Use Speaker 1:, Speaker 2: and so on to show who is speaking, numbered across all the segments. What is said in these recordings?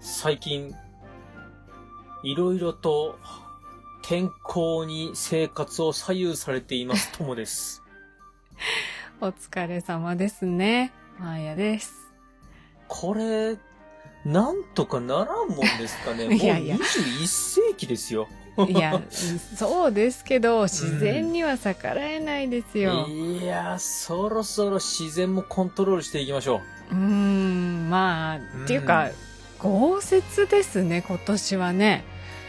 Speaker 1: 最近、いろいろと天候に生活を左右されています、とも です。
Speaker 2: お疲れ様ですね。マー ヤです。
Speaker 1: これ、なんとかならんもんですかね。もう
Speaker 2: いやいや
Speaker 1: 21世紀ですよ。
Speaker 2: いや、うんそうですけど、自然には逆らえないですよ。
Speaker 1: いやー、そろそろ自然もコントロールしていきましょう。
Speaker 2: うーん、まあ、っていうか、豪雪ですね、今年はね。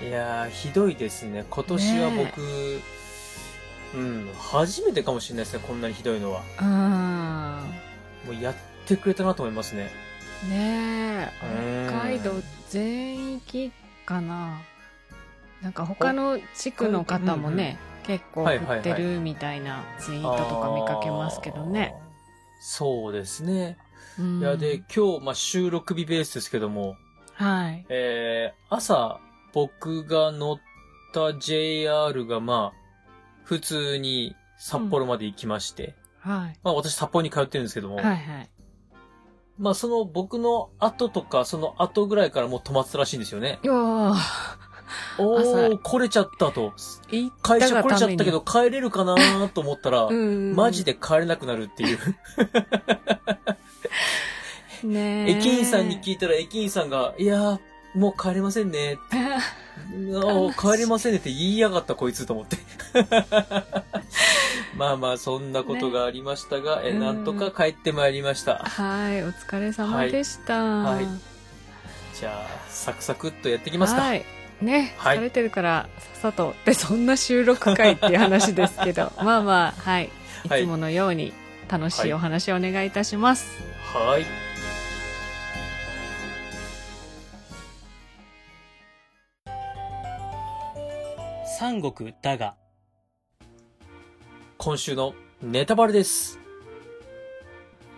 Speaker 1: いやー、ひどいですね。今年は僕、うん、初めてかもしれないですね、こんなにひどいのは。
Speaker 2: うーん。
Speaker 1: もうやってくれたなと思いますね。
Speaker 2: ね
Speaker 1: う
Speaker 2: え、
Speaker 1: ん
Speaker 2: 北海道全域かな。なんか他の地区の方もね、結構
Speaker 1: はいは
Speaker 2: 降
Speaker 1: いはい
Speaker 2: ってるみたいなツイートとか見かけますけどね。
Speaker 1: あー。そうですね。
Speaker 2: うん
Speaker 1: いや、で、今日、まあ、収録日ベースですけども、
Speaker 2: はい。
Speaker 1: えー、朝、僕が乗った JR が、まあ、普通に札幌まで行きまして、
Speaker 2: はい。
Speaker 1: まあ、私札幌に通ってるんですけども、
Speaker 2: はいはい。
Speaker 1: まあ、その僕の後とか、その後ぐらいからもう止まってたらしいんですよね。
Speaker 2: よー
Speaker 1: お
Speaker 2: 朝
Speaker 1: ー、来れちゃったと。
Speaker 2: 行った
Speaker 1: 会
Speaker 2: が
Speaker 1: 社来れちゃった
Speaker 2: め
Speaker 1: け
Speaker 2: に
Speaker 1: ど、帰れるかなと思ったら、
Speaker 2: うん、
Speaker 1: マジで帰れなくなるっていう。
Speaker 2: ねえ
Speaker 1: 駅員さんに聞いたら駅員さんが、いやー、もう帰れませんね。お帰れませんねって言いやがったこいつと思 って。まあまあ、そんなことがありましたが、え、
Speaker 2: うん
Speaker 1: なんとか帰ってまいりました。
Speaker 2: はいお疲れ様でした
Speaker 1: はい
Speaker 2: は
Speaker 1: じゃあ、サクサクっとやっていきますか。
Speaker 2: いね、
Speaker 1: はい
Speaker 2: 疲れてるからさっさとでそんな収録会っていう話です けどまあまあはいい
Speaker 1: はい
Speaker 2: つものように楽しいお話をお願いいたします、
Speaker 1: はい。
Speaker 3: 三国だが
Speaker 1: 今週のネタバレです。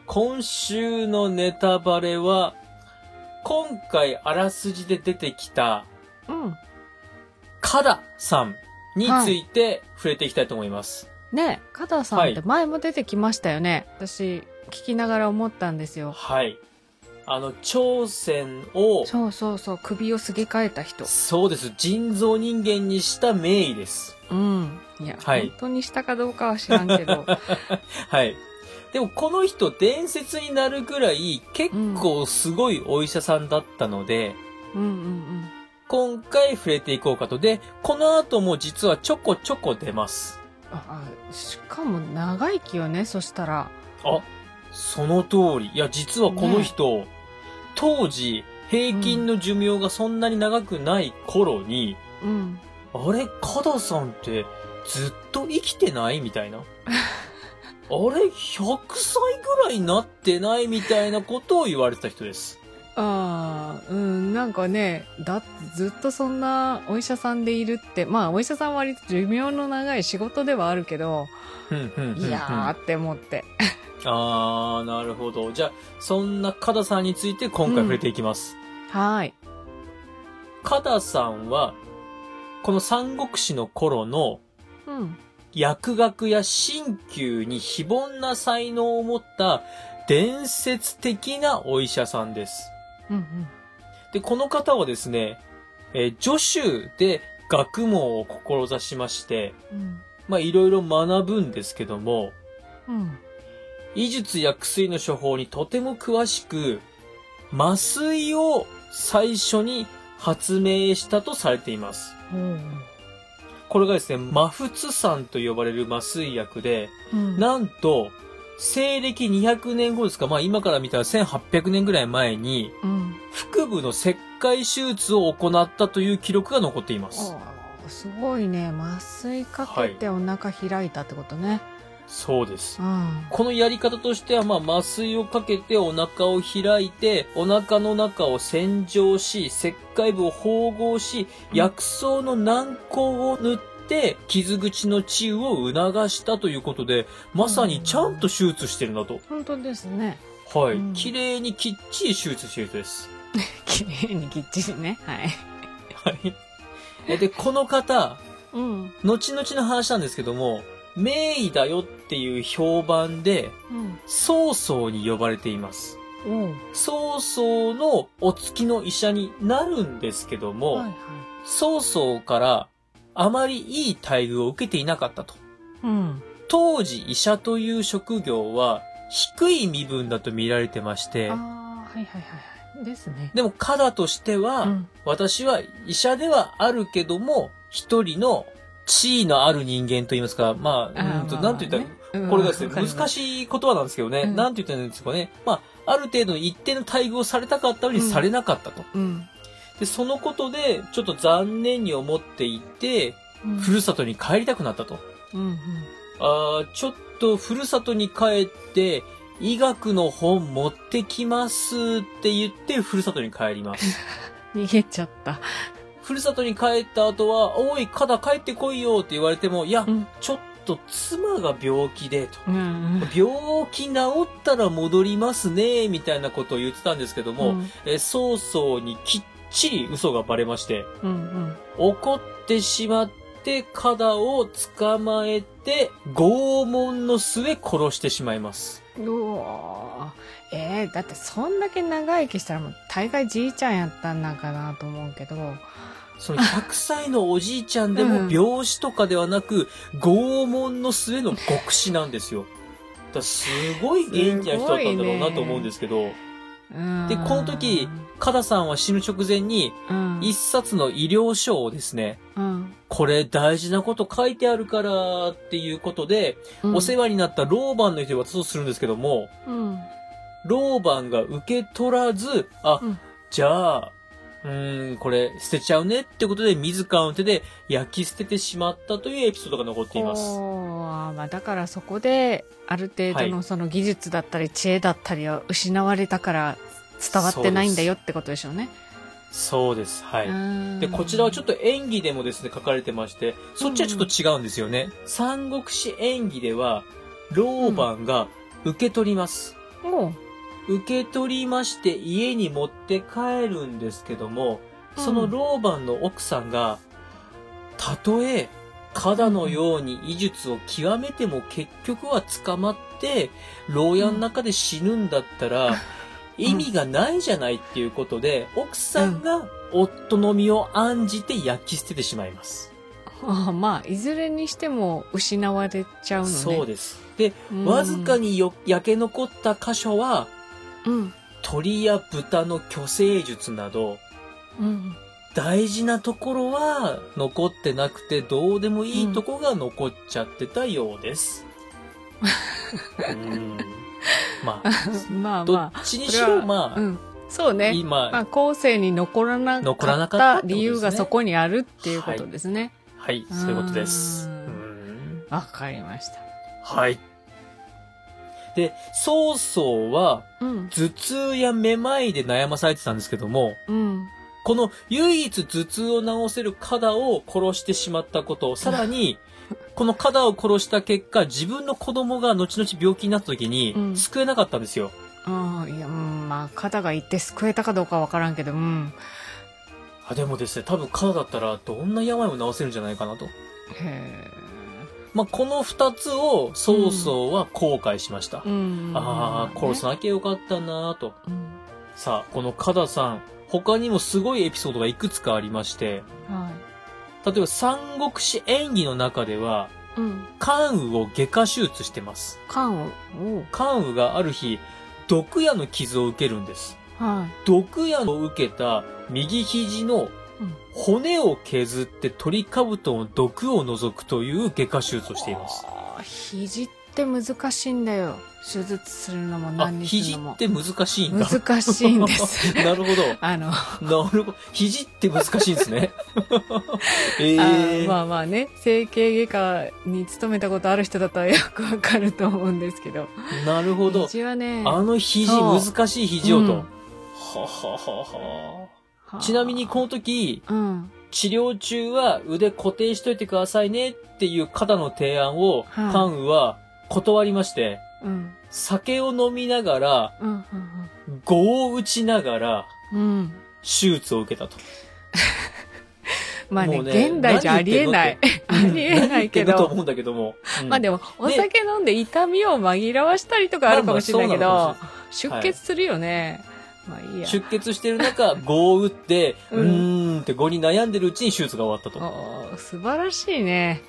Speaker 1: 今週のネタバレは、今回あらすじで出てきた、
Speaker 2: うん
Speaker 1: カダさんについて触れていきたいと思います。
Speaker 2: ねえ加藤さんって前も出てきましたよね、私聞きながら思ったんですよ
Speaker 1: はい。あの、朝鮮を、
Speaker 2: そうそうそう首をすげ替えた人
Speaker 1: そうです。人造人間にした名医です。
Speaker 2: うんいや、
Speaker 1: はい
Speaker 2: 本当にしたかどうかは知らんけど
Speaker 1: はい。でもこの人伝説になるぐらい結構すごいお医者さんだったので、
Speaker 2: うんうんうん
Speaker 1: 今回触れていこうかと。で、この後も実はちょこちょこ出ます。
Speaker 2: ああしかも長生きよねそしたら
Speaker 1: あ、その通り。いや、実はこの人、当時、平均の寿命がそんなに長くない頃に、
Speaker 2: うん
Speaker 1: あれ、カダさんってずっと生きてないみた いな。あれ、100歳ぐらいになってないみたいなことを言われてた人です。
Speaker 2: ああうんなんかねだずっとそんなお医者さんでいるってまあお医者さんは割と寿命の長い仕事ではあるけど
Speaker 1: うんうんうんうん
Speaker 2: いやーって思って
Speaker 1: あー、なるほど。じゃあ、そんなカダさんについて今回触れていきます。
Speaker 2: はい
Speaker 1: カダさんは、この三国志の頃の
Speaker 2: うん
Speaker 1: 薬学や鍼灸に非凡な才能を持った伝説的なお医者さんです。
Speaker 2: うんうん
Speaker 1: で、この方はですね、えー助手で学問を志しまして、
Speaker 2: うん
Speaker 1: まあいろいろ学ぶんですけども、
Speaker 2: うん
Speaker 1: 医術や薬の処方にとても詳しく、麻酔を最初に発明したとされています。
Speaker 2: おう
Speaker 1: これがですね、マフツ酸と呼ばれる麻酔薬で、
Speaker 2: うん
Speaker 1: なんと、西暦200年後ですか、まあ今から見たら1800年ぐらい前に、
Speaker 2: うん
Speaker 1: 腹部の切開手術を行ったという記録が残っています。
Speaker 2: おすごいね麻酔かけてお腹開いたってことね、
Speaker 1: そうです。
Speaker 2: うん
Speaker 1: このやり方としては、まあ麻酔をかけてお腹を開いて、お腹の中を洗浄し、切開部を縫合し、
Speaker 2: うん
Speaker 1: 薬草の軟膏を塗って、傷口の治癒を促したということで、まさにちゃんと手術してるなと。
Speaker 2: 本当ですね
Speaker 1: は
Speaker 2: うん
Speaker 1: い。綺麗にきっちり手術してる人です。
Speaker 2: 綺麗にきっちりねはい
Speaker 1: はい。えで、この方、
Speaker 2: うん
Speaker 1: 後々の話なんですけども、名医だよっていう評判で、
Speaker 2: うん
Speaker 1: 曹操に呼ばれています。
Speaker 2: おう
Speaker 1: 曹操のお付きの医者になるんですけども、
Speaker 2: はいはい。
Speaker 1: 曹操からあまりいい待遇を受けていなかったと。
Speaker 2: うん。
Speaker 1: 当時医者という職業は低い身分だと見られてまして、
Speaker 2: ああ、はいはいはいはい。ですね。
Speaker 1: でも課だとしては、
Speaker 2: うん
Speaker 1: 私は医者ではあるけども、一人の地位のある人間と言いますか、ま
Speaker 2: あ
Speaker 1: あ、
Speaker 2: ー
Speaker 1: うんと、
Speaker 2: まあ
Speaker 1: なんて言ったら、
Speaker 2: ら
Speaker 1: これがですね、難
Speaker 2: い。
Speaker 1: しい言葉なんですけどね、
Speaker 2: うん
Speaker 1: なんて言ったらいいんですかね、まあ、ある程度の一定の待遇をされたかったのに
Speaker 2: うん
Speaker 1: されなかったと。
Speaker 2: うん。
Speaker 1: で、そのことで、ちょっと残念に思っていて、
Speaker 2: うん
Speaker 1: ふるさとに帰りたくなったと。
Speaker 2: うんうん。
Speaker 1: あーちょっとふるさとに帰って、医学の本持ってきますって言って、ふるさとに帰ります。
Speaker 2: 逃げちゃった。
Speaker 1: ふるさとに帰った後は、おい、カダ帰ってこいよって言われても、いや、
Speaker 2: うん
Speaker 1: ちょっと妻が病気でと。
Speaker 2: うんうん。
Speaker 1: 病気治ったら戻りますね、みたいなことを言ってたんですけども、え曹操にきっちり嘘がバレまして、
Speaker 2: うん、うん
Speaker 1: 怒ってしまって、カダを捕まえて、拷問の末殺してしまいます。
Speaker 2: うん。うおーえー、だってそんだけ長生きしたらもう大概じいちゃんやったんなんかなと思うけど。
Speaker 1: その100歳のおじいちゃんでも病死とかではなく、拷問の末の極死なんですよ。だからすごい元気な人だったんだろうなと思うんですけど、
Speaker 2: うん。
Speaker 1: でこの時、カダさんは死ぬ直前に
Speaker 2: うん。
Speaker 1: 一冊の医療書をですね、
Speaker 2: うん。
Speaker 1: これ大事なこと書いてあるからっていうことで、
Speaker 2: うん
Speaker 1: お世話になった老番の人に渡そうとするんですけども、
Speaker 2: うん。
Speaker 1: 老番が受け取らず、あ、
Speaker 2: うん
Speaker 1: じゃあ、うーん、これ捨てちゃうねってことで自らの手で焼き捨ててしまったというエピソードが残っています。
Speaker 2: おーまあ、だからそこである程度
Speaker 1: は
Speaker 2: のその技術だったり知恵だったりは失われたから伝わってないんだよってことでしょうね。
Speaker 1: そうです。はい。で、
Speaker 2: で
Speaker 1: こちらはちょっ
Speaker 2: と
Speaker 1: と演技でもですね、書かれてまして、そっちはちょっと違うんですよね。三国志演技では、老番が受け取ります。
Speaker 2: も
Speaker 1: 受け取りまして家に持って帰るんですけども、
Speaker 2: うん
Speaker 1: その老番の奥さんが、たとえ、カダのように医術を極めても結局は捕まって、牢屋の中で死ぬんだったら、意味がないじゃないっていうことで、奥さんが夫の身を案じて焼き捨ててしまいます。
Speaker 2: うあまあいずれにしても失われちゃうのね
Speaker 1: そうです。で、
Speaker 2: うん
Speaker 1: わずかによ焼け残った箇所は、
Speaker 2: うん
Speaker 1: 鳥や豚の虚勢術など、
Speaker 2: うん
Speaker 1: 大事なところは残ってなくてどうでもいいとこが残っちゃってたようです。うん、ま
Speaker 2: ま
Speaker 1: あ、
Speaker 2: あ
Speaker 1: ど
Speaker 2: ま
Speaker 1: っ
Speaker 2: あ
Speaker 1: ちに
Speaker 2: これ
Speaker 1: し
Speaker 2: は
Speaker 1: ろ、まあ、
Speaker 2: うんそうね
Speaker 1: 今、
Speaker 2: まあ後世に残らな
Speaker 1: 残ら
Speaker 2: か
Speaker 1: な
Speaker 2: っ
Speaker 1: かったったてことですね
Speaker 2: 理由がそこにあるっていうことですね
Speaker 1: はい、そういうことです。
Speaker 2: う
Speaker 1: うんん
Speaker 2: わ、かりまし
Speaker 1: はい。で、曹操は
Speaker 2: たうん
Speaker 1: 頭痛やめまいで悩まされてたんですけども、
Speaker 2: うん
Speaker 1: この唯一頭痛を治せるカダを殺してしまったこと、さら に、このカダを殺した結果、自分の子供が後々病気になった時
Speaker 2: う
Speaker 1: に、
Speaker 2: ん
Speaker 1: 救えなかったんですよ。
Speaker 2: うん、いや、うん、まあ、肩がいって救えたかどうかわからんけど、うん。
Speaker 1: あでもですね、多分カダだったら、どんな病も治せるんじゃないかなと。
Speaker 2: へ
Speaker 1: まあ、この二つを、曹操は後悔しました。
Speaker 2: え。うん。
Speaker 1: ああ、殺さなきゃよかったなぁと。
Speaker 2: うん。
Speaker 1: さあ、このカダさん、他にもすごいエピソードがいくつかありまして、
Speaker 2: は
Speaker 1: 例えば三国志演義の中では、
Speaker 2: い。うん。
Speaker 1: 関羽を外科手術してます。
Speaker 2: 缶を、おう
Speaker 1: 関羽がある日、毒矢の傷を受けるんです。
Speaker 2: は
Speaker 1: 毒矢を受けた右肘の
Speaker 2: うん
Speaker 1: 骨を削って鳥カブトの毒を除くという外科手術を
Speaker 2: い。
Speaker 1: しています。
Speaker 2: あー。肘って難しいんだよ。手術するのも
Speaker 1: あ
Speaker 2: 何、にす
Speaker 1: 肘
Speaker 2: るのも
Speaker 1: っ。て難しいんだ。
Speaker 2: 難しいんです。
Speaker 1: なるほど。
Speaker 2: あの、
Speaker 1: なるほど。肘って難しいんです ね。ええ
Speaker 2: あ
Speaker 1: ー
Speaker 2: ーまあまあね、整形外科に勤めたことある人だったらよくわかると思うんですけど。
Speaker 1: なるほど。
Speaker 2: 肘はね、
Speaker 1: あの肘、
Speaker 2: そう
Speaker 1: 難しい肘をと。
Speaker 2: うん
Speaker 1: ははは
Speaker 2: は
Speaker 1: は。
Speaker 2: あ
Speaker 1: ちなみにこの時、
Speaker 2: うん。
Speaker 1: 治療中は腕固定しといてくださいねっていう肩の提案を
Speaker 2: はい
Speaker 1: 関羽は断りまして、
Speaker 2: うん。
Speaker 1: 酒を飲みながら、
Speaker 2: うん。うん
Speaker 1: 碁を打ちながら、
Speaker 2: うん。うん。
Speaker 1: 手術を受けたと。
Speaker 2: まあね
Speaker 1: もうね
Speaker 2: 現代じゃありえない。 ありえない
Speaker 1: 何言って
Speaker 2: け
Speaker 1: んのと
Speaker 2: ど。
Speaker 1: 思うんだけども。うん
Speaker 2: まあでも、お酒飲んで痛みを紛らわしたりとかあるかもしれないけど、
Speaker 1: まあまあそうなのかもしれない
Speaker 2: 出血するよね。まあいいや。
Speaker 1: 出血してる中、5を打って、
Speaker 2: う
Speaker 1: うんーんって5に悩んでるうちに手術が終わったと。
Speaker 2: おー素晴らしい ね。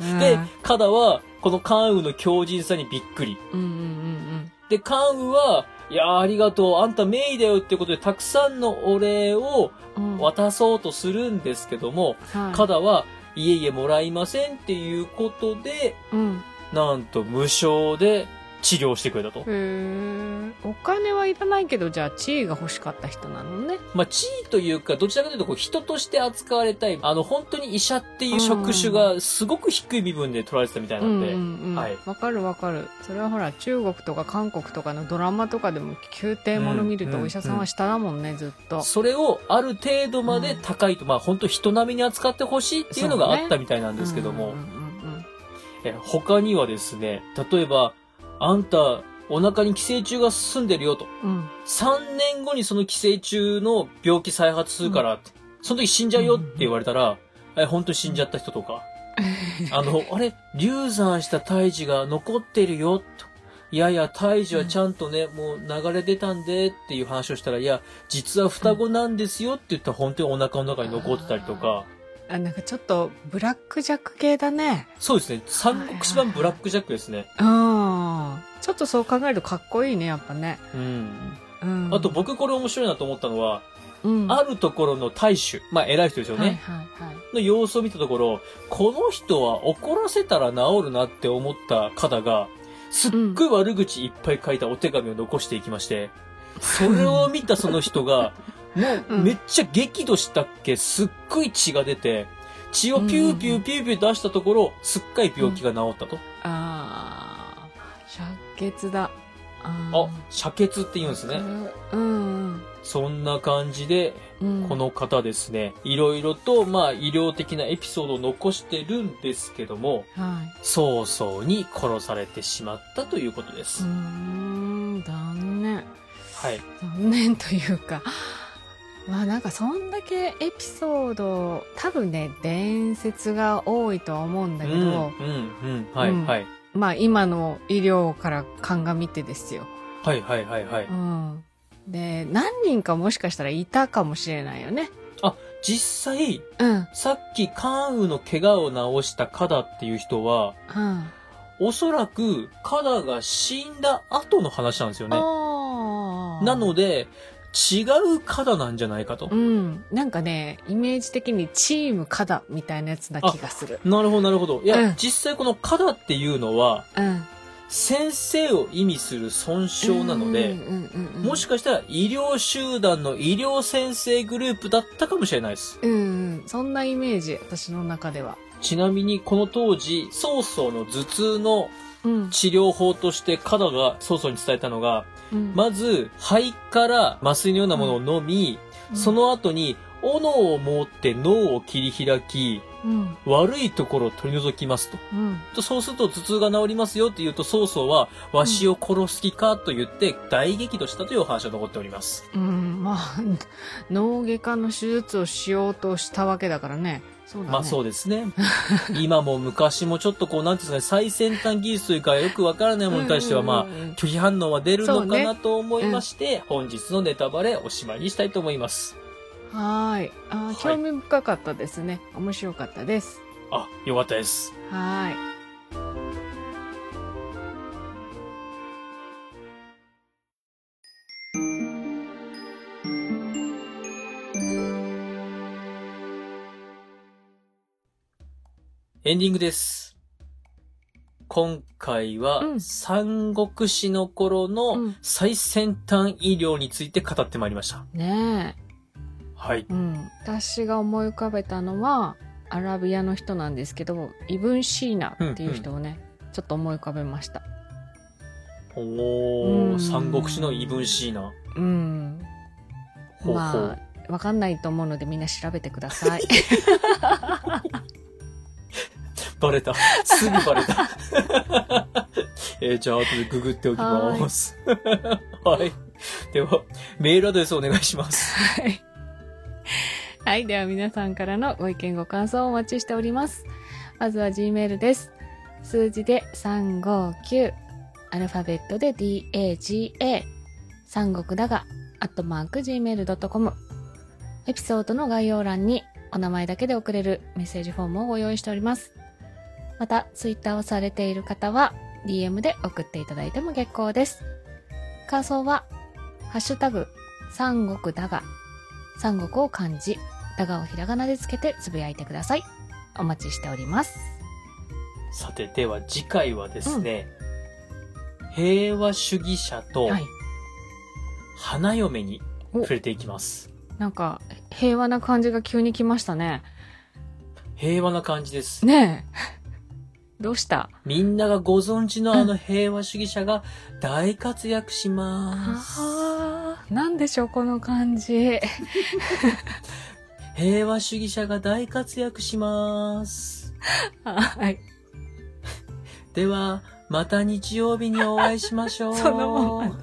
Speaker 2: うん
Speaker 1: で、カダは、この関羽の強靭さにびっくり。
Speaker 2: うんうんうん
Speaker 1: で、関羽は、いやーありがとう、あんた名医だよってことで、たくさんのお礼を
Speaker 2: うんうん。
Speaker 1: 渡そうとするんですけども、
Speaker 2: はい
Speaker 1: カダは、いえいえもらいませんっていうことで、
Speaker 2: うん。
Speaker 1: なんと無償で治療してくれたと。
Speaker 2: へーお金はいらないけど、じゃあ地位が欲しかった人なのね。
Speaker 1: まあ、地位というか、どちらかというとこう、人として扱われたい、あの、本当に医者っていう職種がすごく低い身分で取られてたみたいなんで、
Speaker 2: うん
Speaker 1: は
Speaker 2: わ、
Speaker 1: い
Speaker 2: かるわかるそれはほら中国とか韓国とかのドラマとかでも宮廷もの見ると
Speaker 1: うん
Speaker 2: お医者さんは下だもんね、ずっと
Speaker 1: それをある程度まで高いと、まあ、本当人並みに扱ってほしいっていうのがあったみたいなんですけども、
Speaker 2: うんうん
Speaker 1: え他にはですね、例えば、あんた、お腹に寄生虫が住んでるよと。
Speaker 2: うんうん
Speaker 1: 3年後にその寄生虫の病気再発するからって、その時死んじゃうよって言われたら、え、本当に死んじゃった人と か、あの、あれ、流産した胎児が残ってるよ、と。いやいや、胎児はちゃんとね、もう流れ出たんでっていう話をしたら、いや、実は双子なんですよって言ったら本当にお腹の中に残ってたりとか、
Speaker 2: あなんかちょっとブラックジャック系だね
Speaker 1: そうですね、三国志版ブラックジャックですね。
Speaker 2: うんちょっとそう考えるとかっこいいねやっぱね、
Speaker 1: うん。
Speaker 2: うん、
Speaker 1: あと、僕これ面白いなと思ったのは、
Speaker 2: うん、
Speaker 1: あるところの大衆、まあ偉い人ですよ
Speaker 2: はい
Speaker 1: ね、
Speaker 2: はいはい
Speaker 1: の様子を見たところ、この人は怒らせたら治るなって思った方が、すっごい悪口いっぱい書いたお手紙を残していきまして、それを見たその人が、
Speaker 2: うん
Speaker 1: めっちゃ激怒したっけすっごい血が出て、血をピューピューピューピュー出したところ、すっかり病気が治ったと。
Speaker 2: あー灼血だあー
Speaker 1: あ、遮血って言うんですね。
Speaker 2: うんうん
Speaker 1: そんな感じで、
Speaker 2: うん
Speaker 1: この方ですね、いろいろと、まあ、医療的なエピソードを残してるんですけども、
Speaker 2: はい
Speaker 1: 曹操に殺されてしまったということで
Speaker 2: う
Speaker 1: す。
Speaker 2: ーん残念
Speaker 1: はい。
Speaker 2: 残念というか まあなんかそんだけエピソード多分ね伝説が多いとは思うんだけ
Speaker 1: うん、う
Speaker 2: ど、
Speaker 1: ん、うん。はい、
Speaker 2: うん
Speaker 1: はい。
Speaker 2: まあ今の医療から鑑みてですよ、
Speaker 1: はい、はい、はい、はい。
Speaker 2: うん、で何人かもしかしたらいたかもしれないよね
Speaker 1: 実際、
Speaker 2: うん、うん、
Speaker 1: さっき関羽の怪我を治したカダっていう人は、
Speaker 2: あ
Speaker 1: おそらくカダが死んだ後の話なんですよね。
Speaker 2: あ
Speaker 1: なので、違うカダなんじゃないかと
Speaker 2: う。んなんかねイメージ的にチームカダみたいなやつな気がする
Speaker 1: なるほど、なるほど。いや、
Speaker 2: うん
Speaker 1: 実際このカダっていうのは、
Speaker 2: うん
Speaker 1: 先生を意味する損傷なので、
Speaker 2: うんうんうんうん
Speaker 1: もしかしたら医療集団の医療先生グループだったかもしれないです。
Speaker 2: うんうん、そんなイメージ、私の中では。
Speaker 1: ちなみにこの当時、曹操の頭痛の
Speaker 2: うん。
Speaker 1: 治療法としてカダが曹操に伝えたのが、
Speaker 2: うん、
Speaker 1: まず肺から麻酔のようなものを飲み、そ、の後に斧を持って脳を切り開き、
Speaker 2: うん、
Speaker 1: 悪いところを取り除きますと。
Speaker 2: うん。
Speaker 1: とそうすると頭痛が治りますよって言うと曹操は、わしを殺す気かと言って大激怒したというお話が残っております。
Speaker 2: うん、まあ、 脳外科の手術をしようとしたわけだからね。そうだね。
Speaker 1: まあそう
Speaker 2: う。
Speaker 1: ですね。今も昔もちょっとこう、なんていうんですかね、最先端技術というかよくわからないものに対しては、まあ、
Speaker 2: あ、
Speaker 1: 拒否反応は出るの
Speaker 2: そ
Speaker 1: か
Speaker 2: う
Speaker 1: な
Speaker 2: ね
Speaker 1: と思いまして、本日のネタバレおしまいにしたいと思います。
Speaker 2: はーい。あ
Speaker 1: はい
Speaker 2: ー興味深かったですね。面白かったです。
Speaker 1: あ、よかったです。
Speaker 2: はーい。
Speaker 1: エンディングです。今回は
Speaker 2: う、ん
Speaker 1: 三国志の頃
Speaker 2: う
Speaker 1: の
Speaker 2: ん
Speaker 1: 最先端医療について語ってまいりました。
Speaker 2: ね
Speaker 1: はい
Speaker 2: え。。うん。私が思い浮かべたのは、アラビアの人なんですけど、イブン・シーナっていう人をね、ちょっと思い浮かべました。
Speaker 1: お
Speaker 2: う
Speaker 1: ー、
Speaker 2: ん
Speaker 1: 三国志の異分子な。
Speaker 2: うん。
Speaker 1: ほうほ
Speaker 2: ま
Speaker 1: う。
Speaker 2: あ、わかんないと思うのでみんな調べてください。
Speaker 1: バレた。すぐバレた。えーじゃあ後でググっておきます。はいでは、メールアドレスお願いします。
Speaker 2: はい。はい。では皆さんからのご意見、ご感想をお待ちしております。まずは Gmail です。数字で359、アアルファベットで DAGA、三国だが、アットマーク Gmail.com。エピソードの概要欄にお名前だけで送れるメッセージフォームをご用意しております。また、ツイッターをされている方は、DM で送っていただいても結構です。感想は、ハッシュタグ、三国だが、三国を漢字、だがをひらがなでつけてつぶやいてください。お待ちしております。
Speaker 1: さて、では次回はですね、平和主義者と
Speaker 2: はい。
Speaker 1: 花嫁に触れていきます。
Speaker 2: なんか、平和な感じが急に来ましたね。
Speaker 1: 平和な感じです。
Speaker 2: ねえ。 どうした
Speaker 1: みんながご存知のあの平和主義者が大活躍します。
Speaker 2: ああ、なんでしょう、この感じ。
Speaker 1: 平和主義者が大活躍します。
Speaker 2: はい。
Speaker 1: では、また日曜日にお会いしましょう。
Speaker 2: そのまま